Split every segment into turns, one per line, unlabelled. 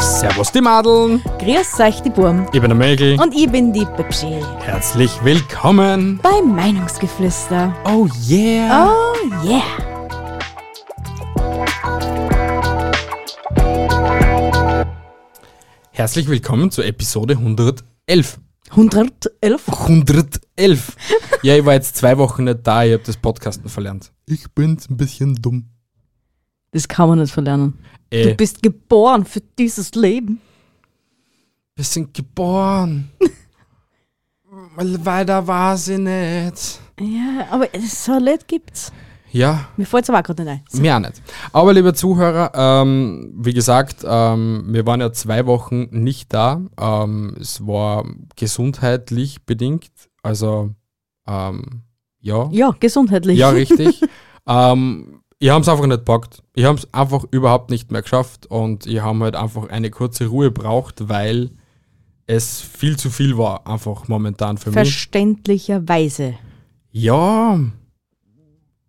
Servus die Madeln,
Grüß euch, die Burm.
ich bin der Mägel.
Und ich bin die Bepschel.
Herzlich willkommen.
Bei Meinungsgeflüster.
Oh yeah.
Oh yeah.
Herzlich willkommen zur Episode 111.
111.
111. ja, ich war jetzt zwei Wochen nicht da, ich habe das Podcasten verlernt. Ich bin's ein bisschen dumm.
Das kann man nicht verlernen. Du
Äh,
bist geboren für dieses Leben.
wir sind geboren. Weil weiter war sie nicht.
Ja, aber so Leute gibt's.
Ja,
Mir fällt's aber auch gerade nicht ein.
Mir auch nicht. Aber liebe Zuhörer, ähm, wie gesagt, ähm, wir waren ja zwei Wochen nicht da. Ähm, es war gesundheitlich bedingt. Also ähm, ja.
Ja, gesundheitlich.
Ja, richtig. ähm, ich habe es einfach nicht gepackt. Ich habe es einfach überhaupt nicht mehr geschafft und ich habe halt einfach eine kurze Ruhe braucht, weil es viel zu viel war, einfach momentan für mich.
Verständlicherweise.
Ja,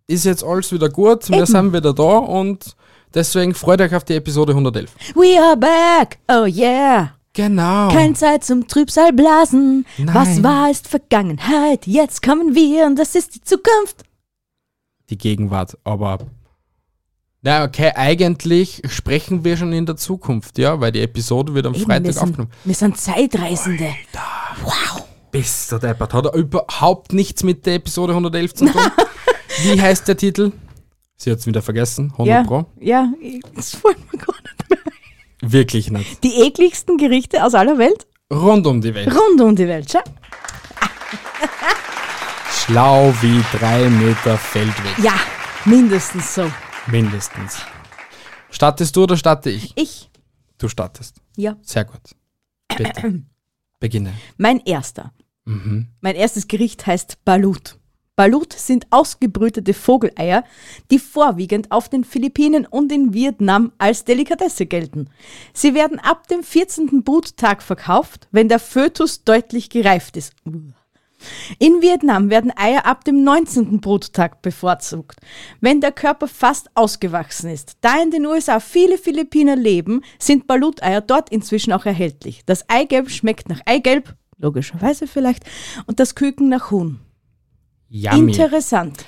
ist jetzt alles wieder gut, wir
Eben.
sind wieder da und deswegen freut euch auf die Episode 111.
We are back. Oh yeah.
Genau.
Kein Zeit zum Trübsalblasen.
Nein.
Was war ist Vergangenheit. Jetzt kommen wir und das ist die Zukunft.
die Gegenwart, aber. Na, okay, eigentlich sprechen wir schon in der Zukunft, ja, weil die Episode wird am
Eben, wir
Freitag
sind-
aufgenommen.
Wir sind Zeitreisende.
Bist du deppert? Hat er überhaupt nichts mit der Episode 111 zu tun? Wie heißt der Titel? Sie hat es wieder vergessen, 100
Ja,
Pro.
ja, ich- das wollen wir gar nicht mehr.
Wirklich nicht.
Die ekligsten Gerichte aus aller Welt
Rund um die Welt.
rund um die Welt. Schau.
Schlau wie drei Meter Feldweg.
Ja, mindestens so.
Mindestens. Startest du oder starte ich?
Ich,
Du startest.
ja,
Sehr gut. Bitte. Beginne.
mein erster.
Mhm.
Mein erstes Gericht heißt Balut. Balut sind ausgebrütete Vogeleier, die vorwiegend auf den Philippinen und in Vietnam als Delikatesse gelten. Sie werden ab dem 14. Bruttag verkauft, wenn der Fötus deutlich gereift ist. Uh. In Vietnam werden Eier ab dem 19. Bruttag bevorzugt, wenn der Körper fast ausgewachsen ist. Da in den USA viele Philippiner leben, sind Balut-Eier dort inzwischen auch erhältlich. Das Eigelb schmeckt nach Eigelb, logischerweise vielleicht, und das Küken nach Huhn.
Yummy.
Interessant.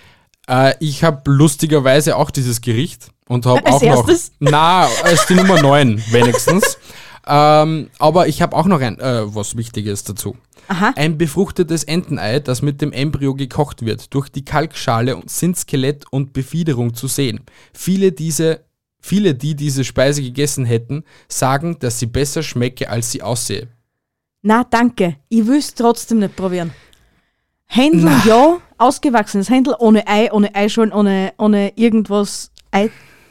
Äh, ich habe lustigerweise auch dieses Gericht und habe
Als
auch noch.
erstes?
Na, als die Nummer 9 wenigstens. Ähm, aber ich habe auch noch ein, äh, was Wichtiges dazu.
Aha.
Ein befruchtetes Entenei, das mit dem Embryo gekocht wird. Durch die Kalkschale sind Skelett und Befiederung zu sehen. Viele, diese, viele, die diese Speise gegessen hätten, sagen, dass sie besser schmecke, als sie aussehe.
Na, danke. Ich will es trotzdem nicht probieren. Händel, ja, ausgewachsenes Händel, ohne Ei, ohne Eischollen, ohne, ohne irgendwas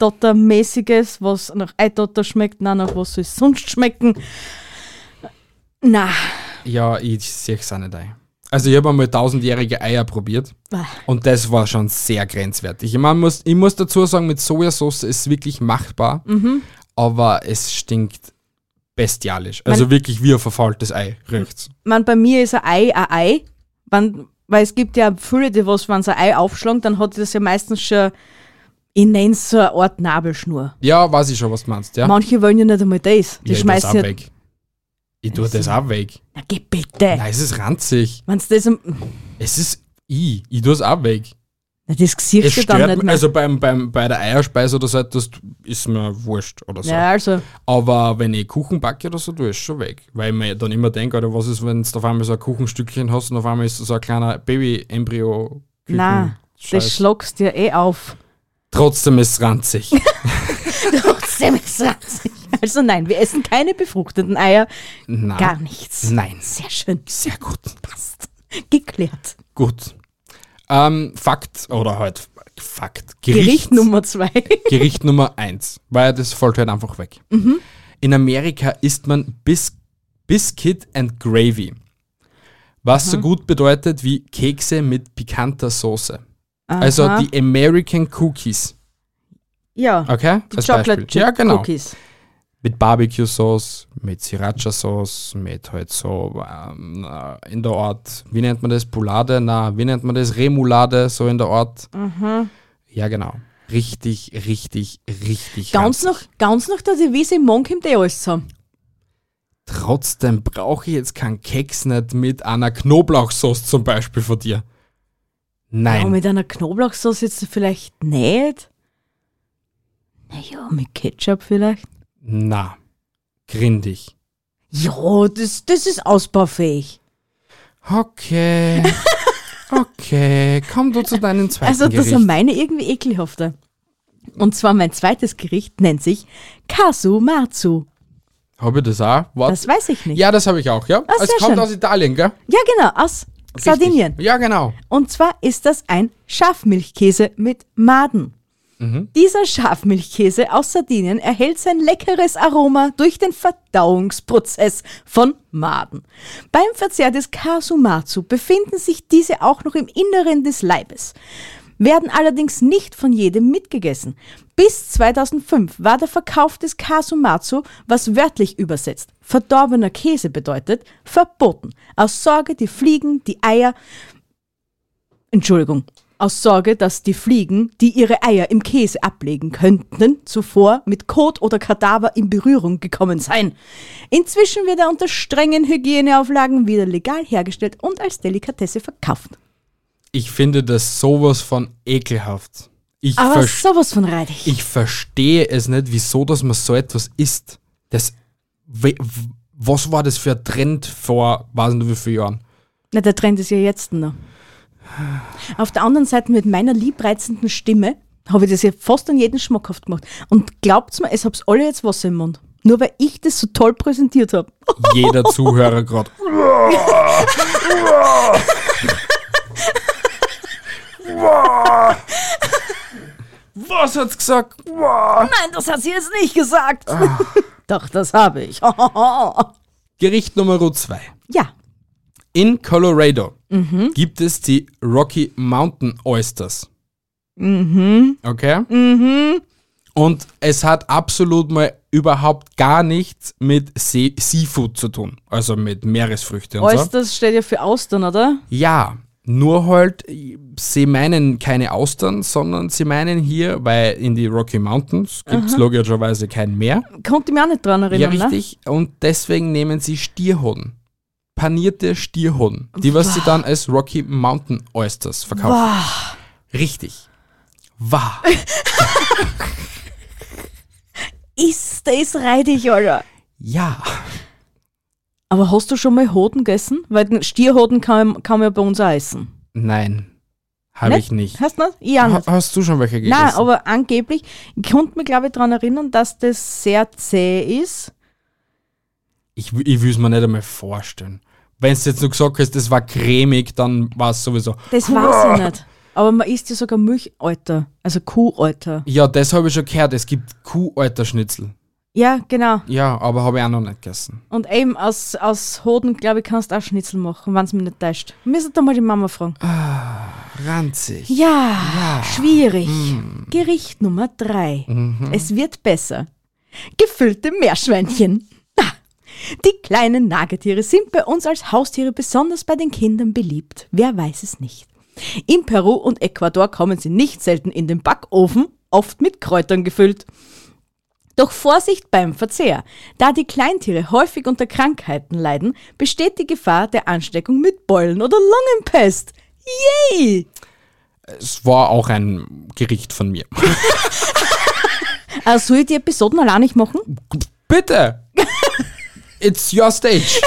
Eidotter-mäßiges, was nach Eidotter schmeckt, nein, nach was soll es sonst schmecken. Na,
Ja, ich sehe es auch nicht ein. Also ich habe einmal tausendjährige Eier probiert
Bah.
und das war schon sehr grenzwertig. Ich, mein, muss, ich muss dazu sagen, mit Sojasauce ist es wirklich machbar, aber es stinkt bestialisch. Also wirklich wie ein verfaultes Ei, riecht's.
man, bei mir ist ein Ei ein Ei, wenn, weil es gibt ja viele, die was, wenn sie ein Ei aufschlagen, dann hat das ja meistens schon, ich nenne es so eine Art Nabelschnur.
Ja, weiß ich schon, was du meinst, ja?
Manche wollen ja nicht einmal das. Die
ja, ich tu's
schmeißen
auch
ja.
weg. Ich tue das auch weg.
Na, geh bitte.
Nein, es ist ranzig.
Wenn das am.
Es ist ich. Ich tue es auch weg.
Na, das
Es
siehst du dann
stört
nicht
mich,
mehr.
also beim, beim, bei der Eierspeise oder so etwas ist mir wurscht oder so.
ja, also,
Aber wenn ich Kuchen backe oder so, du ist schon weg. Weil ich mir dann immer denke, oder was ist, wenn du auf einmal so ein Kuchenstückchen hast und auf einmal ist so ein kleiner Baby-Embryo.
nein, das
Scheiß.
schlagst dir eh auf.
Trotzdem ist es ranzig.
Trotzdem ist es ranzig. Also nein, wir essen keine befruchteten Eier,
Nein.
gar nichts.
Ah, Nein.
Sehr schön.
Sehr gut.
Passt. Geklärt.
Gut. Ähm, Fakt, oder halt Fakt.
Gericht, Nummer zwei. Mhm.
Gericht Nummer 1, weil das fällt halt einfach weg. In Amerika isst man bis Biscuit and Gravy, was so gut bedeutet wie Kekse mit pikanter Soße. Also
Aha.
die American Cookies,
ja,
okay?
die Chocolate Chip
Also Ja, genau.
Cookies.
Mit Barbecue-Sauce, mit Sriracha-Sauce, mit halt so ähm, äh, in der Art, wie nennt man das? Poulade? Na, wie nennt man das? Remoulade, so in der Art. Ja, genau. Richtig, richtig, richtig.
Ganz
ranzig.
noch, ganz noch, dass ich weiß, im Morgen kommt eh alles zusammen.
Trotzdem brauche ich jetzt keinen Keks nicht mit einer Knoblauchsauce zum Beispiel von dir.
Aber
Nein.
mit einer Knoblauchsauce jetzt vielleicht nicht. Naja, mit Ketchup vielleicht.
Na. Grindig.
Ja, das, das ist ausbaufähig.
Okay. Okay. Komm du zu deinen zweiten
Also, das sind
Gericht.
meine irgendwie ekelhafter. Und zwar mein zweites Gericht nennt sich Kasumatsu.
Habe ich das auch? What?
Das weiß ich nicht.
ja, das habe ich auch, ja.
Ah,
es
sehr
kommt
schön.
aus Italien, gell?
Ja, genau, aus
Richtig.
Sardinien.
Ja, genau.
Und zwar ist das ein Schafmilchkäse mit Maden. Dieser Schafmilchkäse aus Sardinien erhält sein leckeres Aroma durch den Verdauungsprozess von Maden. Beim Verzehr des Kasumatsu befinden sich diese auch noch im Inneren des Leibes, werden allerdings nicht von jedem mitgegessen. Bis 2005 war der Verkauf des Kasumatsu, was wörtlich übersetzt verdorbener Käse bedeutet, verboten. Aus Sorge, die Fliegen, die Eier, Entschuldigung, aus Sorge, dass die Fliegen, die ihre Eier im Käse ablegen könnten, zuvor mit Kot oder Kadaver in Berührung gekommen seien. Inzwischen wird er unter strengen Hygieneauflagen wieder legal hergestellt und als Delikatesse verkauft.
Ich finde das sowas von ekelhaft. Ich
Aber
verstehe.
sowas von reidig.
ich verstehe es nicht, wieso dass man so etwas isst. Das, we- w- was war das für ein Trend vor, weiß nicht wie vielen Jahren?
Na, der Trend ist ja jetzt noch. Auf der anderen Seite mit meiner liebreizenden Stimme habe ich das ja fast an jeden schmackhaft gemacht. Und glaubt's mir, es hab's alle jetzt Wasser im Mund. Nur weil ich das so toll präsentiert habe.
Jeder Zuhörer gerade. Was hat's gesagt?
Nein, das hat sie jetzt nicht gesagt. Doch, das habe ich. ja.
Gericht Nummer 2. In Colorado gibt es die Rocky Mountain Oysters. Okay? Und es hat absolut mal überhaupt gar nichts mit See Seafood zu tun. Also mit Meeresfrüchte und so.
Oysters steht ja für Austern, oder?
Ja, nur halt, sie meinen keine Austern, sondern sie meinen hier, weil in die Rocky Mountains gibt es logischerweise kein Meer.
Konnte ich mich auch nicht dran
Ja,
erinnern. ne?
richtig. Und deswegen nehmen sie Stierhoden. Panierte Stierhoden, die was sie dann als Rocky Mountain Oysters verkaufen. Richtig. Wahr.
Ist, das reidig, Alter.
ja.
Aber hast du schon mal Hoden gegessen? Weil den Stierhoden kann, man- kann man ja bei uns auch essen. Nein.
Habe ich nicht.
Hast du nicht? Ja,
Ha
nicht.
hast du schon welche gegessen?
Nein, aber angeblich, ich konnte mich glaube ich dran erinnern, dass das sehr zäh ist.
ich w- ich will es mir nicht einmal vorstellen. Wenn du jetzt nur gesagt hast, das war cremig, dann war es sowieso.
Das weiß ich nicht. Aber man isst ja sogar Milchäuter, also Kuhäuter.
Ja, das habe ich schon gehört. Es gibt Kuhalter Schnitzel.
Ja, genau.
Ja, aber habe ich auch noch nicht gegessen.
Und eben aus, aus Hoden, glaube ich, kannst du auch Schnitzel machen, wenn es mich nicht täuscht. Müssen da mal die Mama fragen.
Ranzig.
Ja, schwierig. Gericht Nummer drei. Es wird besser. Gefüllte Meerschweinchen. Ah, Die kleinen Nagetiere sind bei uns als Haustiere besonders bei den Kindern beliebt. Wer weiß es nicht. In Peru und Ecuador kommen sie nicht selten in den Backofen, oft mit Kräutern gefüllt. Doch Vorsicht beim Verzehr. Da die Kleintiere häufig unter Krankheiten leiden, besteht die Gefahr der Ansteckung mit Beulen oder Lungenpest. Yay!
Es war auch ein Gericht von mir.
Äh, soll ich die Episoden allein nicht machen?
Bitte! It's your stage.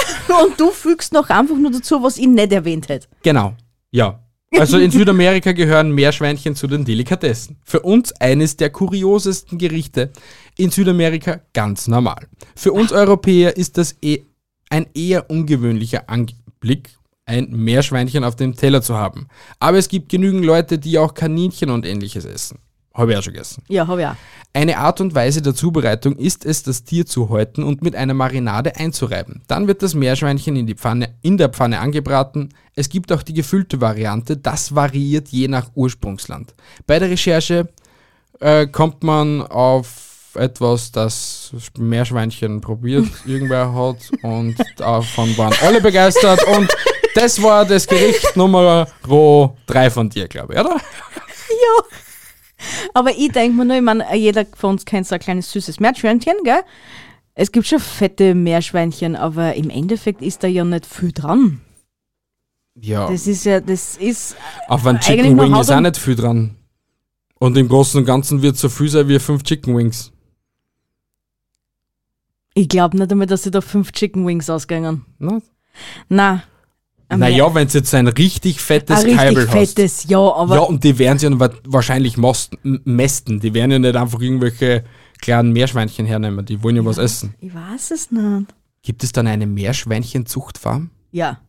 Und du fügst noch einfach nur dazu, was ich nicht erwähnt hätte.
Genau. Ja. Also in Südamerika gehören Meerschweinchen zu den Delikatessen. Für uns eines der kuriosesten Gerichte. In Südamerika ganz normal. Für uns Europäer ist das eh ein eher ungewöhnlicher Anblick, ein Meerschweinchen auf dem Teller zu haben. Aber es gibt genügend Leute, die auch Kaninchen und ähnliches essen. Habe ich auch schon gegessen.
Ja, habe ich auch.
Eine Art und Weise der Zubereitung ist es, das Tier zu häuten und mit einer Marinade einzureiben. Dann wird das Meerschweinchen in, die Pfanne, in der Pfanne angebraten. Es gibt auch die gefüllte Variante, das variiert je nach Ursprungsland. Bei der Recherche äh, kommt man auf etwas, das Meerschweinchen probiert, irgendwer hat und davon waren alle begeistert und das war das Gericht Nummer 3 von dir, glaube ich, oder?
Ja. Aber ich denke mir nur, ich meine, jeder von uns kennt so ein kleines süßes Meerschweinchen, gell? Es gibt schon fette Meerschweinchen, aber im Endeffekt ist da ja nicht viel dran.
Ja.
Das ist ja, das ist.
Auf einen
Eigentlich
Chicken
nur
Wing ist
Haut
auch
und-
nicht viel dran. Und im Großen und Ganzen wird so viel sein wie fünf Chicken Wings.
Ich glaube nicht einmal, dass sie da fünf Chicken Wings ausgängen.
Na?
Na.
Naja, wenn jetzt ein richtig
ein
fettes Keibel
richtig fettes, ja,
hast.
aber
Ja, und die werden sie dann wa- wahrscheinlich mosten, m- mästen. Die werden ja nicht einfach irgendwelche kleinen Meerschweinchen hernehmen. Die wollen ja was essen.
ich weiß es nicht.
Gibt es dann eine Meerschweinchenzuchtfarm?
Ja.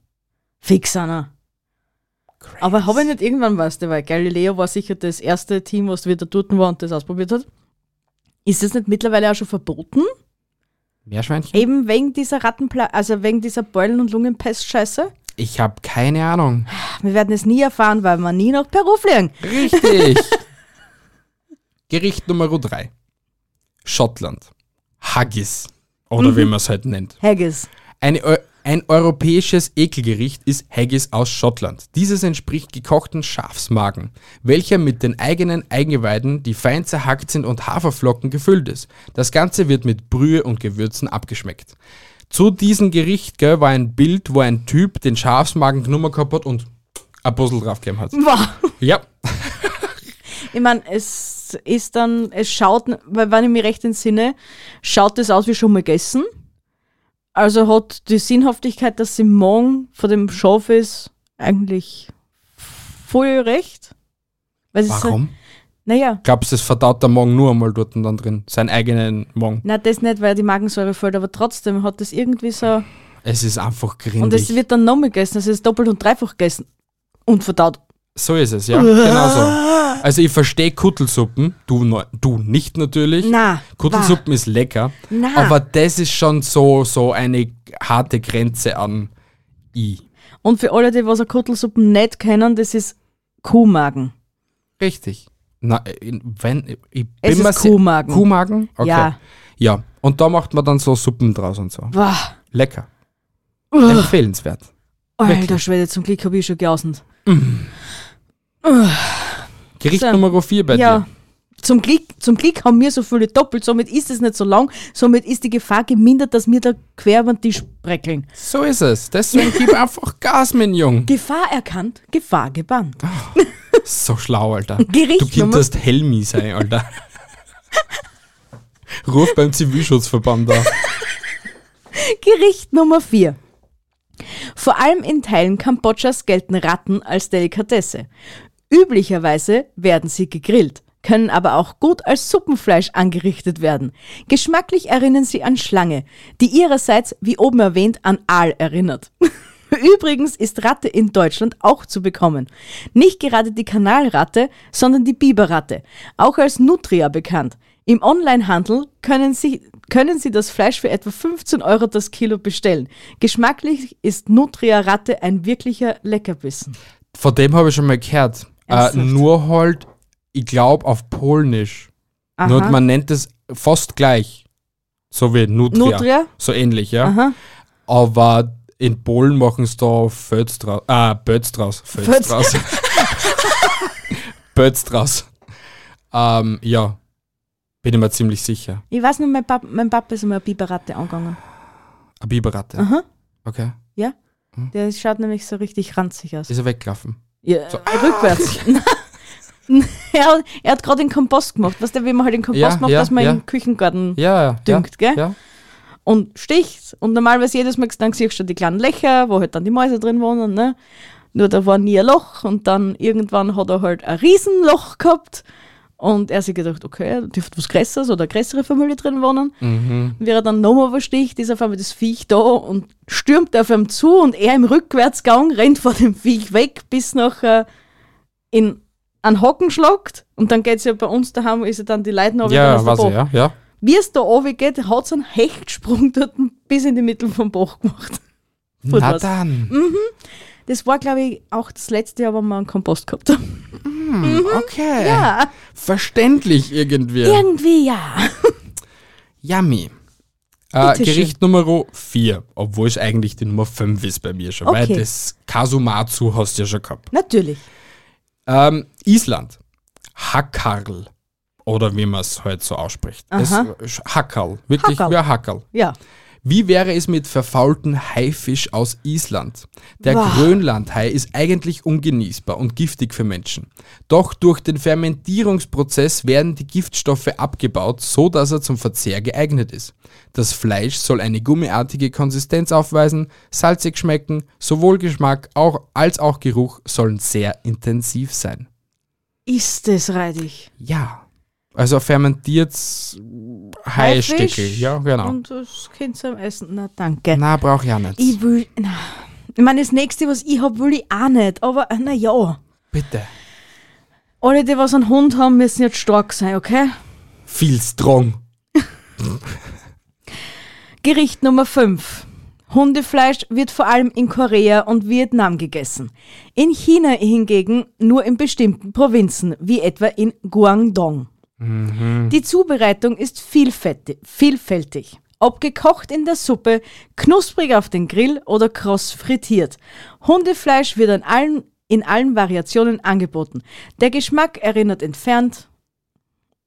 Fix einer. Aber habe ich nicht irgendwann weißt du, weil Galileo war sicher das erste Team, was wieder dort war und das ausprobiert hat. Ist das nicht mittlerweile auch schon verboten?
Meerschweinchen?
Eben wegen dieser Rattenpla also wegen dieser Beulen- und Lungenpest-Scheiße.
Ich habe keine Ahnung.
Wir werden es nie erfahren, weil wir nie nach Peru fliegen.
Richtig. Gericht Nummer 3. Schottland. Haggis. Oder
Mhm.
wie man es halt nennt.
Haggis.
Eine, Eu- ein europäisches Ekelgericht ist Haggis aus Schottland. Dieses entspricht gekochten Schafsmagen, welcher mit den eigenen Eingeweiden, die fein zerhackt sind und Haferflocken gefüllt ist. Das Ganze wird mit Brühe und Gewürzen abgeschmeckt. Zu diesem Gericht gell, war ein Bild, wo ein Typ den Schafsmagen genommen gehabt hat und ein Puzzle draufgegeben hat.
Wow.
Ja,
Ich meine, es ist dann, es schaut, weil wenn ich mich recht entsinne, schaut es aus wie schon mal gegessen. Also hat die Sinnhaftigkeit, dass sie morgen von dem Schaf ist, eigentlich voll recht. Weil es ist halt-
warum?
naja,
Glaubst du, es verdaut der Magen nur einmal dort und dann drin? Seinen eigenen Magen.
na das nicht, weil die Magensäure fällt, aber trotzdem hat das irgendwie so.
Es ist einfach
Und es
grindig.
wird dann nochmal gegessen, also es ist doppelt und dreifach gegessen. Und verdaut.
So ist es, ja. Genau so. Also ich verstehe Kuttelsuppen. Du, ne- du nicht natürlich.
Na,
Kuttelsuppen ist lecker.
Na.
Aber das ist schon so, so eine harte Grenze an I.
Und für alle, die was eine Kuttelsuppe nicht kennen, das ist Kuhmagen.
Richtig. Na, in- wenn, ich bin
Es ist
mir si-
Kuhmagen.
Kuhmagen? Okay.
Ja.
ja. Und da macht man dann so Suppen draus und so.
Wow.
Lecker. Empfehlenswert.
Alter Schwede, zum Glück habe ich schon geausend.
Gericht
So.
Nummer 4 bei
Ja.
dir.
Zum Glück, zum Glück haben wir so viele doppelt, somit ist es nicht so lang, somit ist die Gefahr gemindert, dass wir da quer über den Tisch breckeln.
So ist es. Deswegen gib einfach Gas, mein Jung.
Gefahr erkannt, Gefahr gebannt.
So schlau, Alter.
Gericht
du könntest Helmi sein, Alter. Ruf beim Zivilschutzverband an.
Gericht Nummer 4. Vor allem in Teilen Kambodschas gelten Ratten als Delikatesse. Üblicherweise werden sie gegrillt, können aber auch gut als Suppenfleisch angerichtet werden. Geschmacklich erinnern sie an Schlange, die ihrerseits, wie oben erwähnt, an Aal erinnert. Übrigens ist Ratte in Deutschland auch zu bekommen. Nicht gerade die Kanalratte, sondern die Biberratte, auch als Nutria bekannt. Im Onlinehandel können Sie, können Sie das Fleisch für etwa 15 Euro das Kilo bestellen. Geschmacklich ist Nutria-Ratte ein wirklicher Leckerbissen.
Von dem habe ich schon mal gehört. Äh,
Ernsthaft?
nur halt, ich glaube, auf Polnisch. Nur man nennt es fast gleich. So wie Nutria.
Nutria?
So ähnlich, ja.
Aha.
Aber in Polen machen es da Fötz draus. Ah, Bötz draus. Fötz
Fötz.
draus. Bötz draus. Ähm, ja. Bin ich mir ziemlich sicher.
Ich weiß nur, mein Papa, mein Papa ist einmal eine Biberratte angegangen.
Eine Biberratte.
Aha.
Okay.
Ja? Der schaut nämlich so richtig ranzig aus.
Ist er weggelaufen.
Ja,
äh,
Rückwärts. er hat, er hat gerade den Kompost gemacht. Weißt du, wie man halt den Kompost
Ja,
macht,
ja,
dass man
ja.
im Küchengarten
Ja, ja.
Dünkt,
ja,
gell?
Ja.
und sticht. Und normalerweise jedes Mal dann siehst du die kleinen Löcher, wo halt dann die Mäuse drin wohnen. Ne? Nur da war nie ein Loch und dann irgendwann hat er halt ein Riesenloch gehabt. Und er sich gedacht, okay, da dürfte was Größeres oder eine größere Familie drin wohnen.
Mhm.
Und wie er dann nochmal versticht, ist auf einmal das Viech da und stürmt auf ihm zu und er im Rückwärtsgang rennt vor dem Viech weg bis nachher äh, in einen Hocken schlagt und dann geht's ja bei uns daheim, ist ja dann die Leute noch
Ja, weiß ich, ja. ja.
Wie es da runtergeht, hat es einen Hechtsprung dort bis in die Mitte vom Bach gemacht. Voll
Na
was.
dann.
Mhm. Das war, glaube ich, auch das letzte Jahr, wo wir einen Kompost gehabt haben.
Okay.
Ja.
Verständlich irgendwie.
Irgendwie ja.
Yummy. Äh,
Bitte schön.
Gericht Nummer 4, obwohl es eigentlich die Nummer 5 ist bei mir schon, weil
Okay.
das Kasumatsu hast du ja schon gehabt.
Natürlich.
Ähm, Island. Hackarl. Oder wie man es halt so ausspricht. Das,
Aha.
Hackerl. Wirklich
Hackerl.
wie ein Hackerl.
Ja.
Wie wäre es mit verfaulten Haifisch aus Island? Der
Wow.
Grönlandhai ist eigentlich ungenießbar und giftig für Menschen. Doch durch den Fermentierungsprozess werden die Giftstoffe abgebaut, so dass er zum Verzehr geeignet ist. Das Fleisch soll eine gummiartige Konsistenz aufweisen, salzig schmecken, sowohl Geschmack auch, als auch Geruch sollen sehr intensiv sein.
Ist es reidig.
Ja. Also fermentiert Haistückel.
Haifisch
Ja, genau.
Und das Kind zum Essen. Na, danke.
Na, brauche ich auch nicht.
Ich will. Na. Ich meine, das nächste, was ich habe, will ich auch nicht. Aber na ja.
Bitte.
Alle, die was einen Hund haben, müssen jetzt stark sein, okay?
Viel strong.
Gericht Nummer 5. Hundefleisch wird vor allem in Korea und Vietnam gegessen. In China hingegen nur in bestimmten Provinzen, wie etwa in Guangdong. Die Zubereitung ist vielfältig, vielfältig. Ob gekocht in der Suppe, knusprig auf den Grill oder kross frittiert. Hundefleisch wird in allen, in allen Variationen angeboten. Der Geschmack erinnert entfernt,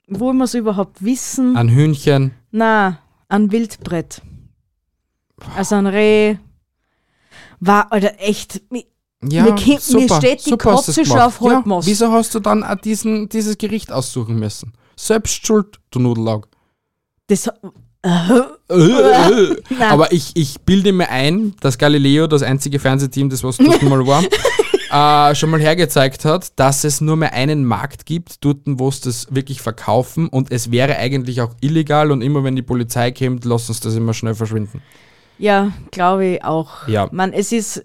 wo wir es überhaupt wissen.
An Hühnchen.
Na, an Wildbrett. Also an Reh. War, Alter, echt. mi-
Ja,
Mir ki- mir steht
hast
die
du's
Kotze schon
gemacht.
auf Halbmast.
Wieso hast du dann auch diesen, dieses Gericht aussuchen müssen? Selbst schuld, du Nudellaug. Äh,
Das,
Aber ich, ich bilde mir ein, dass Galileo, das einzige Fernsehteam, das was dort mal war, äh, schon mal hergezeigt hat, dass es nur mehr einen Markt gibt, dort, wo es das wirklich verkaufen und es wäre eigentlich auch illegal und immer wenn die Polizei kommt, lass uns das immer schnell verschwinden.
ja, glaube ich auch.
Ja.
Man, es ist,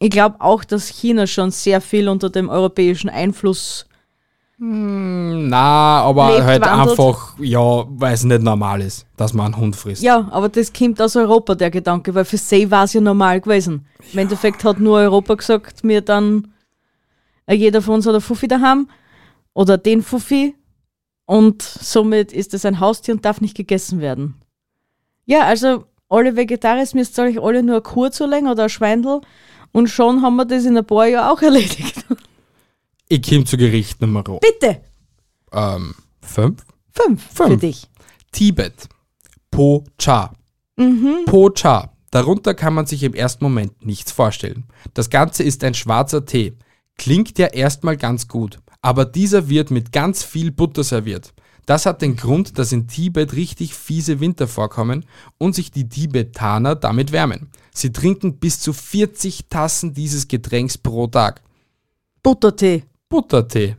ich glaube auch, dass China schon sehr viel unter dem europäischen Einfluss.
Hm, Na, aber
Lebt,
halt
wandelt.
einfach, ja, weil es nicht normal ist, dass man einen Hund frisst.
Ja, aber das kommt aus Europa, der Gedanke, weil für sie war es ja normal gewesen. Im Endeffekt hat nur Europa gesagt, mir dann äh, jeder von uns hat einen Fuffi daheim oder den Fuffi und somit ist es ein Haustier und darf nicht gegessen werden. Ja, also alle Vegetaris müsst ihr euch alle nur eine Kuh zulegen oder ein Schweindel und schon haben wir das in ein paar Jahren auch erledigt.
Ich komme zu Gericht Nummer
Bitte!
ähm, fünf.
Fünf, für
Fünf.
dich.
Tibet. Po Cha. Po Cha. Darunter kann man sich im ersten Moment nichts vorstellen. Das Ganze ist ein schwarzer Tee. Klingt ja erstmal ganz gut, aber dieser wird mit ganz viel Butter serviert. Das hat den Grund, dass in Tibet richtig fiese Winter vorkommen und sich die Tibetaner damit wärmen. Sie trinken bis zu 40 Tassen dieses Getränks pro Tag.
Buttertee.
Buttertee.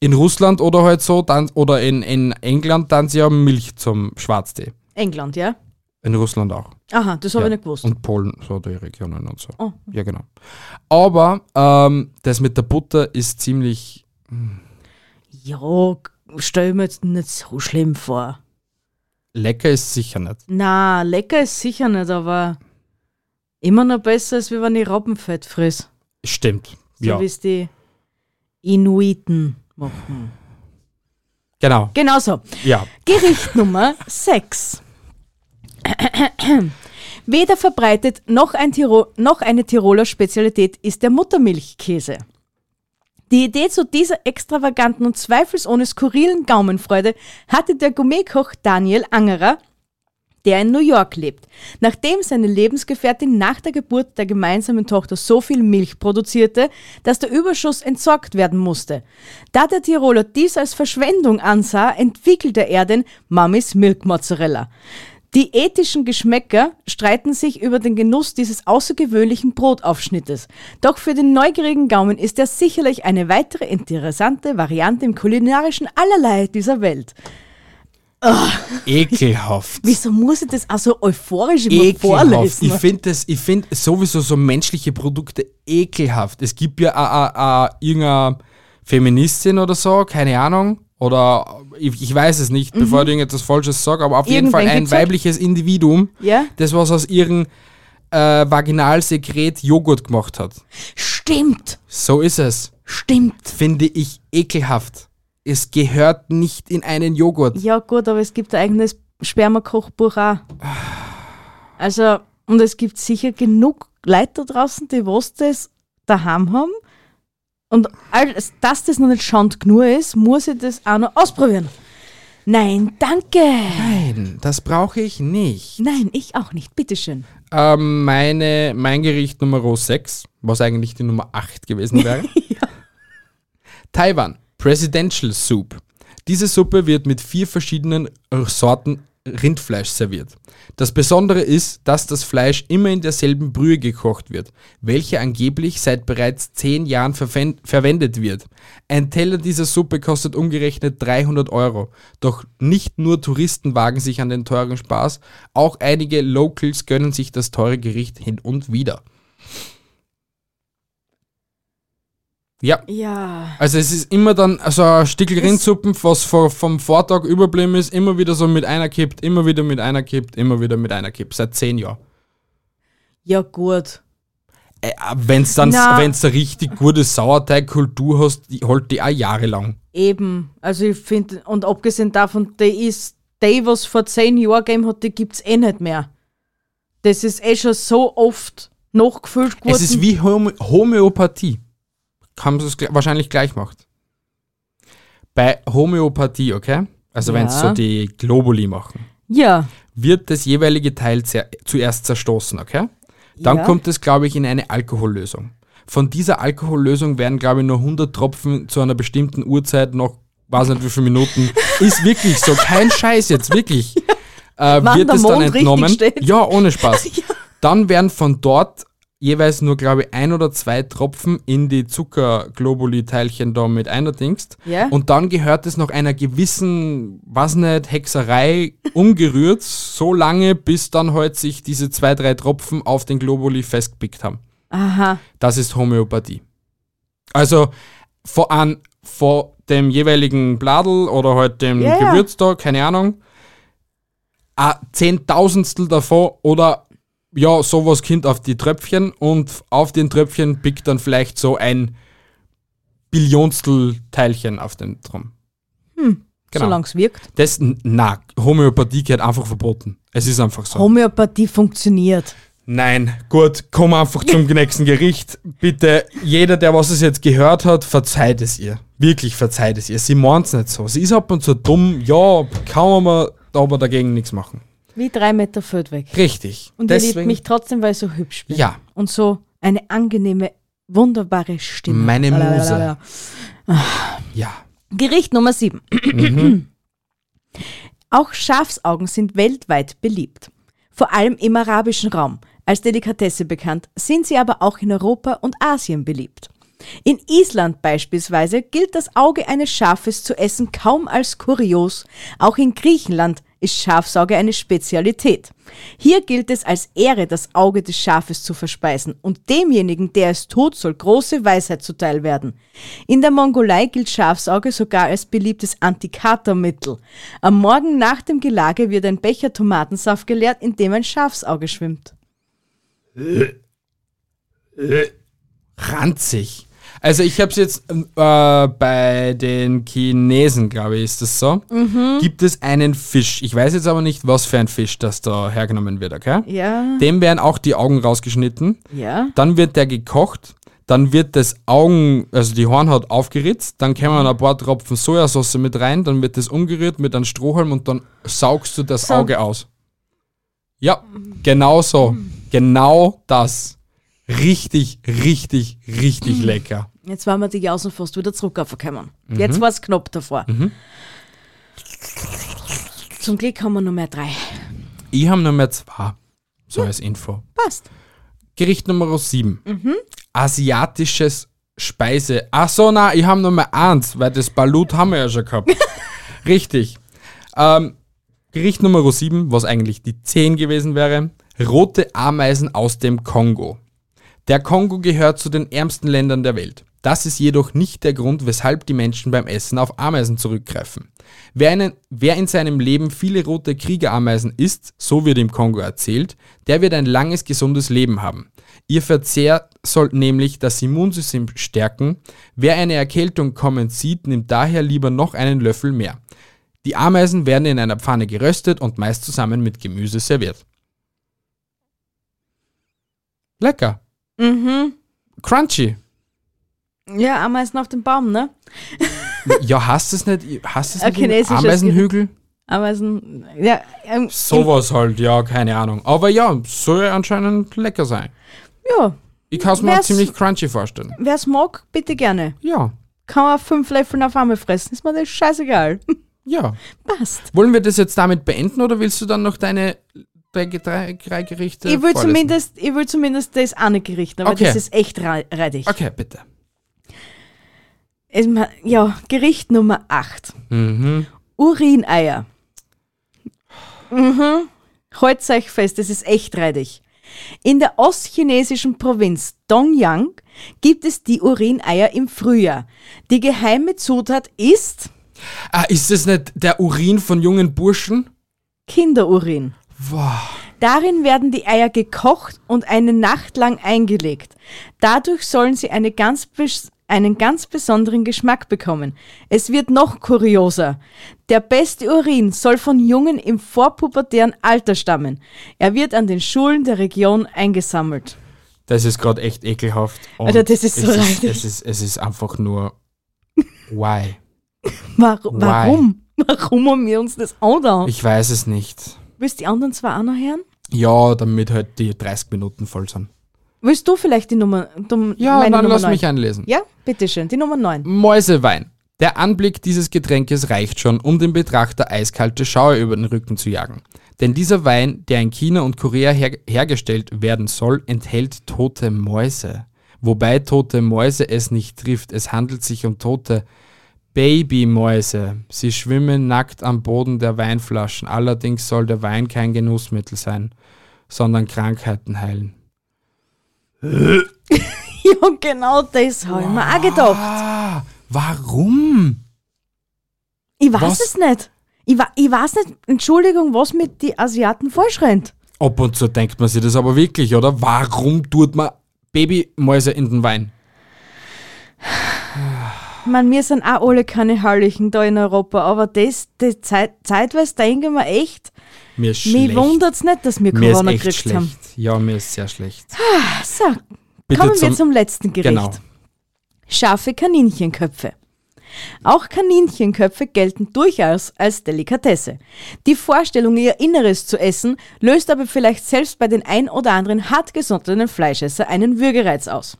In Russland oder halt so, dann, oder in, in England dann sie ja Milch zum Schwarztee.
England, ja?
In Russland auch.
Aha, das habe
ja.
ich nicht gewusst.
Und Polen, so die Regionen und so.
Oh.
Ja, genau. Aber ähm, das mit der Butter ist ziemlich.
Ja, stell mir jetzt nicht so schlimm vor.
Lecker ist sicher nicht.
Na, lecker ist sicher nicht, aber immer noch besser, als wie wenn ich Robbenfett friss.
Stimmt.
So
ja.
wie es die Inuiten machen.
Genau.
Genauso.
Ja.
Gericht Nummer 6. Weder verbreitet noch, ein Tiro noch eine Tiroler Spezialität ist der Muttermilchkäse. Die Idee zu dieser extravaganten und zweifelsohne skurrilen Gaumenfreude hatte der Gourmetkoch Daniel Angerer, der in New York lebt, nachdem seine Lebensgefährtin nach der Geburt der gemeinsamen Tochter so viel Milch produzierte, dass der Überschuss entsorgt werden musste. Da der Tiroler dies als Verschwendung ansah, entwickelte er den Mamis Milk Mozzarella. Die ethischen Geschmäcker streiten sich über den Genuss dieses außergewöhnlichen Brotaufschnittes. Doch für den neugierigen Gaumen ist er sicherlich eine weitere interessante Variante im kulinarischen Allerlei dieser Welt.
Ekelhaft.
Wieso muss ich das auch so euphorisch immer
Ekelhaft.
vorlesen?
Ich finde find sowieso so menschliche Produkte ekelhaft. Es gibt ja a, a, a, irgendeine Feministin oder so, keine Ahnung. Oder ich, ich weiß es nicht, bevor ich irgendetwas Falsches sage, aber auf jeden Fall
Mhm. Irgendwen
ein
gibt's halt.
weibliches Individuum,
Ja.
das was aus ihrem äh, Vaginalsekret Joghurt gemacht hat.
Stimmt,
So ist es.
stimmt.
Finde ich ekelhaft. Es gehört nicht in einen Joghurt.
Ja gut, aber es gibt ein eigenes Spermakochbuch auch. Also, und es gibt sicher genug Leute da draußen, die was das daheim haben. Und alles, dass das noch nicht schand genug ist, muss ich das auch noch ausprobieren. Nein, danke.
Nein, das brauche ich nicht.
Nein, ich auch nicht. Bitteschön.
Ähm, meine, mein Gericht Nummer 6, was eigentlich die Nummer 8 gewesen wäre. Taiwan, Presidential Soup. Diese Suppe wird mit vier verschiedenen Sorten Rindfleisch serviert. Das Besondere ist, dass das Fleisch immer in derselben Brühe gekocht wird, welche angeblich seit bereits zehn Jahren verwen- verwendet wird. Ein Teller dieser Suppe kostet umgerechnet 300 Euro. Doch nicht nur Touristen wagen sich an den teuren Spaß, auch einige Locals gönnen sich das teure Gericht hin und wieder. Ja,
Ja.
also es ist immer dann so ein Stickel Rindsuppen, was vor, vom Vortag überblieben ist, immer wieder so mit einer kippt, immer wieder mit einer kippt, immer wieder mit einer kippt. Seit zehn Jahren.
Ja gut.
Äh, Wenn es dann
Na.
wenn's eine richtig gute Sauerteigkultur hast, die holt die auch jahrelang.
Eben. Also ich finde, und abgesehen davon, die ist, die, was vor zehn Jahren gegeben hat, die gibt's eh nicht mehr. Das ist eh schon so oft nachgefüllt geworden.
Es ist wie Homö Homöopathie. Haben sie es gl- wahrscheinlich gleich gemacht. Bei Homöopathie, okay? Also wenn es
Ja.
so die Globuli machen.
ja.
wird das jeweilige Teil zer zuerst zerstoßen, okay? Dann
Ja.
kommt es, glaube ich, in eine Alkohollösung. Von dieser Alkohollösung werden, glaube ich, nur 100 Tropfen zu einer bestimmten Uhrzeit noch, weiß nicht wie viele Minuten. Ist wirklich so, kein Scheiß jetzt, wirklich. Äh,
Wann
wird
der
es dann
Mond richtig
entnommen.
steht.
Ja, ohne Spaß. Dann werden von dort jeweils nur, glaube ich, ein oder zwei Tropfen in die Zuckerglobuli-Teilchen da mit einerdingst.
Ja.
Und dann gehört es nach einer gewissen, was nicht, Hexerei umgerührt, so lange, bis dann halt sich diese zwei, drei Tropfen auf den Globuli festgepickt haben.
Aha.
Das ist Homöopathie. Also vor, an, vor dem jeweiligen Bladel oder halt dem
Ja, ja.
Gewürz da, keine Ahnung, ein Zehntausendstel davon oder ja, sowas Kind auf die Tröpfchen und auf den Tröpfchen pickt dann vielleicht so ein Billionstel Teilchen auf dem Drum. Genau.
Solange es wirkt.
Das, na, Homöopathie gehört einfach verboten. Es ist einfach so.
Homöopathie funktioniert.
Nein, gut, komm einfach zum nächsten Gericht. Bitte, jeder, der was es jetzt gehört hat, verzeiht es ihr. Wirklich verzeiht es ihr. Sie meint's nicht so. Sie ist ab und zu dumm, ja, kann man aber dagegen nichts machen.
Wie drei Meter Feld weg.
Richtig.
Und ihr liebt mich trotzdem, weil ich so hübsch bin.
Ja.
Und so eine angenehme, wunderbare Stimme.
Meine
Lalalala.
Muse. Ja.
Gericht Nummer 7. Auch Schafsaugen sind weltweit beliebt. Vor allem im arabischen Raum. Als Delikatesse bekannt, sind sie aber auch in Europa und Asien beliebt. In Island beispielsweise gilt das Auge eines Schafes zu essen kaum als kurios. Auch in Griechenland ist Schafsauge eine Spezialität. Hier gilt es als Ehre, das Auge des Schafes zu verspeisen und demjenigen, der es tut, soll große Weisheit zuteil werden. In der Mongolei gilt Schafsauge sogar als beliebtes Antikatermittel. Am Morgen nach dem Gelage wird ein Becher Tomatensaft geleert, in dem ein Schafsauge schwimmt.
Ranzig. Also ich habe es jetzt ähm, äh, bei den Chinesen, glaube ich, ist das so.
Mhm.
Gibt es einen Fisch. Ich weiß jetzt aber nicht, was für ein Fisch das da hergenommen wird, okay?
Ja.
Dem werden auch die Augen rausgeschnitten.
Ja.
Dann wird der gekocht. Dann wird das Augen, also die Hornhaut aufgeritzt. Dann kämen ein paar Tropfen Sojasauce mit rein. Dann wird das umgerührt mit einem Strohhalm und dann saugst du das
So.
Auge aus. Ja, genau so. Genau das. Richtig, richtig, richtig lecker.
Jetzt waren wir die Jausen fast wieder zurück aufgekommen. Jetzt war es knapp davor. Zum Glück haben wir nur mehr drei.
Ich habe Nummer zwei. So als Info.
Passt.
Gericht Nummer 7. Asiatisches Speise. Ach so, na, ich habe Nummer 1, weil das Balut haben wir ja schon gehabt. Richtig. Ähm, Gericht Nummer 7, was eigentlich die 10 gewesen wäre, rote Ameisen aus dem Kongo. Der Kongo gehört zu den ärmsten Ländern der Welt. Das ist jedoch nicht der Grund, weshalb die Menschen beim Essen auf Ameisen zurückgreifen. Wer, einen, wer in seinem Leben viele rote Kriegerameisen isst, so wird im Kongo erzählt, der wird ein langes, gesundes Leben haben. Ihr Verzehr soll nämlich das Immunsystem stärken. Wer eine Erkältung kommen sieht, nimmt daher lieber noch einen Löffel mehr. Die Ameisen werden in einer Pfanne geröstet und meist zusammen mit Gemüse serviert. Lecker.
Mhm.
Crunchy.
Ja, Ameisen auf dem Baum, ne?
Ja, hast es nicht? Hast es
Ein
nicht? einen
chinesisches
Ameisenhügel?
Ameisen. Ja, ähm,
Sowas halt, ja, keine Ahnung. Aber ja, soll ja anscheinend lecker sein.
ja.
Ich kann es mir
Wär's-
ziemlich crunchy vorstellen.
Wer es mag, bitte gerne.
Ja,
Kann man fünf Löffel auf einmal fressen, ist mir das scheißegal.
ja.
Passt.
Wollen wir das jetzt damit beenden oder willst du dann noch deine drei, drei, drei Gerichte?
Ich will,
vorlesen?
zumindest, ich will zumindest das eine Gericht, aber
Okay.
das ist echt rei- reidig.
Okay, bitte.
Es ma- Ja, Gericht Nummer 8.
Mhm.
Urineier. Mhm. Halt's euch fest, das ist echt reidig. In der ostchinesischen Provinz Dongyang gibt es die Urineier im Frühjahr. Die geheime Zutat ist
Ah, ist das nicht der Urin von jungen Burschen?
Kinderurin.
Wow.
Darin werden die Eier gekocht und eine Nacht lang eingelegt. Dadurch sollen sie eine ganz bes- einen ganz besonderen Geschmack bekommen. Es wird noch kurioser. Der beste Urin soll von Jungen im vorpubertären Alter stammen. Er wird an den Schulen der Region eingesammelt.
Das ist gerade echt ekelhaft. Und
Alter, das ist so
es ist,
reidig.
es, ist, es ist einfach nur. Why?
War warum? Warum haben wir uns das andauern?
Ich weiß es nicht.
Willst die anderen zwei auch noch hören?
Ja, damit halt die 30 Minuten voll sind.
Willst du vielleicht die Nummer? Dum,
Ja,
meine
dann
Nummer
lass
neun?
mich einlesen.
Ja, bitteschön, die Nummer 9.
Mäusewein. Der Anblick dieses Getränkes reicht schon, um dem Betrachter eiskalte Schauer über den Rücken zu jagen. Denn dieser Wein, der in China und Korea her hergestellt werden soll, enthält tote Mäuse. Wobei tote Mäuse es nicht trifft. Es handelt sich um tote Babymäuse. Sie schwimmen nackt am Boden der Weinflaschen. Allerdings soll der Wein kein Genussmittel sein, sondern Krankheiten heilen.
Ja, genau das habe ich mir auch gedacht.
Ah, warum?
Ich weiß
Was?
es nicht. Ich, wa- ich weiß nicht, Entschuldigung, was mit die Asiaten falsch rennt.
Ab und zu denkt man sich das aber wirklich, oder? Warum tut man Babymäuse in den Wein?
Ich meine, wir sind auch alle keine Herrlichen da in Europa, aber das, das Zeit, zeitweise denken wir echt,
Mir ist
mich
schlecht.
wundert es nicht, dass wir
mir ist
Corona
echt
gekriegt
schlecht.
haben.
Ja, mir ist sehr schlecht.
So, kommen wir zum letzten Gericht.
Genau.
Scharfe Kaninchenköpfe. Auch Kaninchenköpfe gelten durchaus als Delikatesse. Die Vorstellung, ihr Inneres zu essen, löst aber vielleicht selbst bei den ein oder anderen hartgesottenen Fleischesser einen Würgereiz aus.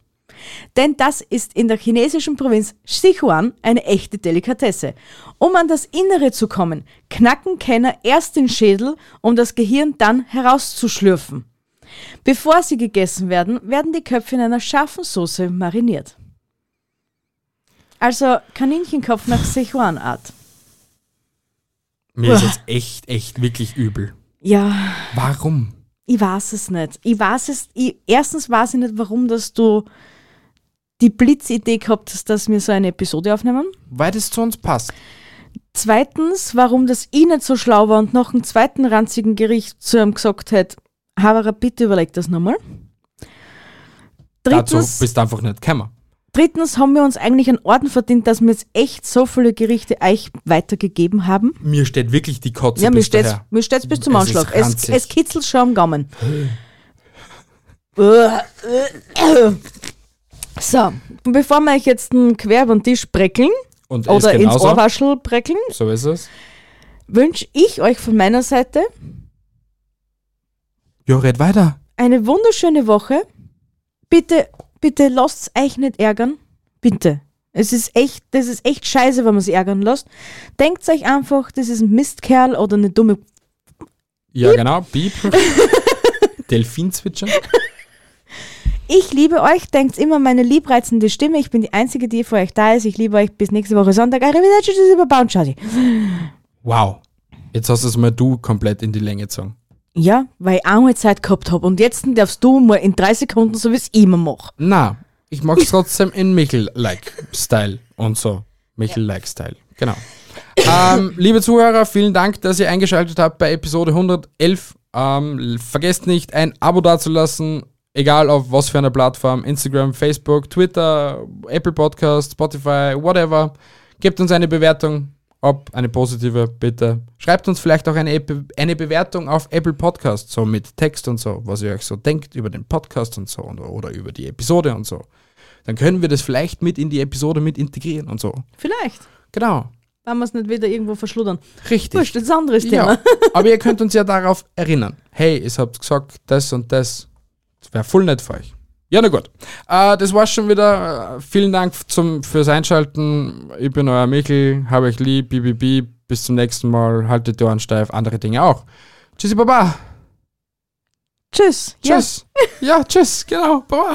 Denn das ist in der chinesischen Provinz Sichuan eine echte Delikatesse. Um an das Innere zu kommen, knacken Kenner erst den Schädel, um das Gehirn dann herauszuschlürfen. Bevor sie gegessen werden, werden die Köpfe in einer scharfen Soße mariniert. Also Kaninchenkopf nach Sichuan-Art.
Mir ist jetzt echt, echt wirklich übel.
Ja,
Warum?
ich weiß es nicht. Ich weiß es, ich, erstens weiß ich nicht, warum dass du die Blitzidee gehabt hast, dass wir so eine Episode aufnehmen.
Weil das zu uns passt.
Zweitens, warum das ich nicht so schlau war und noch einen zweiten ranzigen Gericht zu ihm gesagt hätte, Havara, bitte überleg das nochmal.
Dazu
Drittens,
bist du einfach nicht gekommen.
drittens haben wir uns eigentlich einen Orden verdient, dass wir jetzt echt so viele Gerichte euch weitergegeben haben.
Mir steht wirklich die Kotze
Ja, mir
bis
steht's,
daher.
mir steht's bis zum
Es ist
Anschlag. Es,
ranzig.
es kitzelt schon am Gaumen. Uah, äh, äh. so, bevor wir euch jetzt einen quer über den Tisch breckeln
Und es
oder ins
genauso.
Ohrwaschel breckeln,
So ist es.
wünsche ich euch von meiner Seite
Ja, red weiter.
eine wunderschöne Woche. Bitte, bitte lasst euch nicht ärgern. Bitte. Es ist echt, das ist echt scheiße, wenn man sich ärgern lässt. Denkt euch einfach, das ist ein Mistkerl oder eine dumme.
Ja, genau. Piep. Delfinzwitschern.
Ich liebe euch, denkt immer meine liebreizende Stimme. Ich bin die Einzige, die für euch da ist. Ich liebe euch bis nächste Woche Sonntag. Arrivederci, tschüss, über Ciao.
Wow. Jetzt hast du es mal du komplett in die Länge gezogen.
Ja, weil ich auch mal Zeit gehabt habe. Und jetzt darfst du mal in drei Sekunden, so wie ich es immer mache.
Na, ich mag es trotzdem in Michel-like-Style und so. Michel-like-Style, genau. Ähm, liebe Zuhörer, vielen Dank, dass ihr eingeschaltet habt bei Episode 111. Ähm, vergesst nicht, ein Abo dazulassen, egal auf was für einer Plattform, Instagram, Facebook, Twitter, Apple Podcast, Spotify, whatever. Gebt uns eine Bewertung, ob eine positive, bitte. Schreibt uns vielleicht auch eine, Ep- eine Bewertung auf Apple Podcast, so mit Text und so, was ihr euch so denkt über den Podcast und so und, oder über die Episode und so. Dann können wir das vielleicht mit in die Episode mit integrieren und so.
Vielleicht.
Genau,
Wenn wir es nicht wieder irgendwo verschluddern.
richtig.
Wurscht, das ist ein anderes Thema.
Ja, aber ihr könnt uns ja darauf erinnern. Hey, ihr habt gesagt, das und das. Das wäre voll nett für euch. Ja, na gut. Äh, das war's schon wieder. Äh, vielen Dank zum, fürs Einschalten. Ich bin euer Michel. Hab euch lieb. BBB. Bis zum nächsten Mal. Haltet die Ohren steif. Andere Dinge auch. Tschüssi, Baba.
Tschüss. Ja.
Tschüss. Ja, tschüss. Genau. Baba.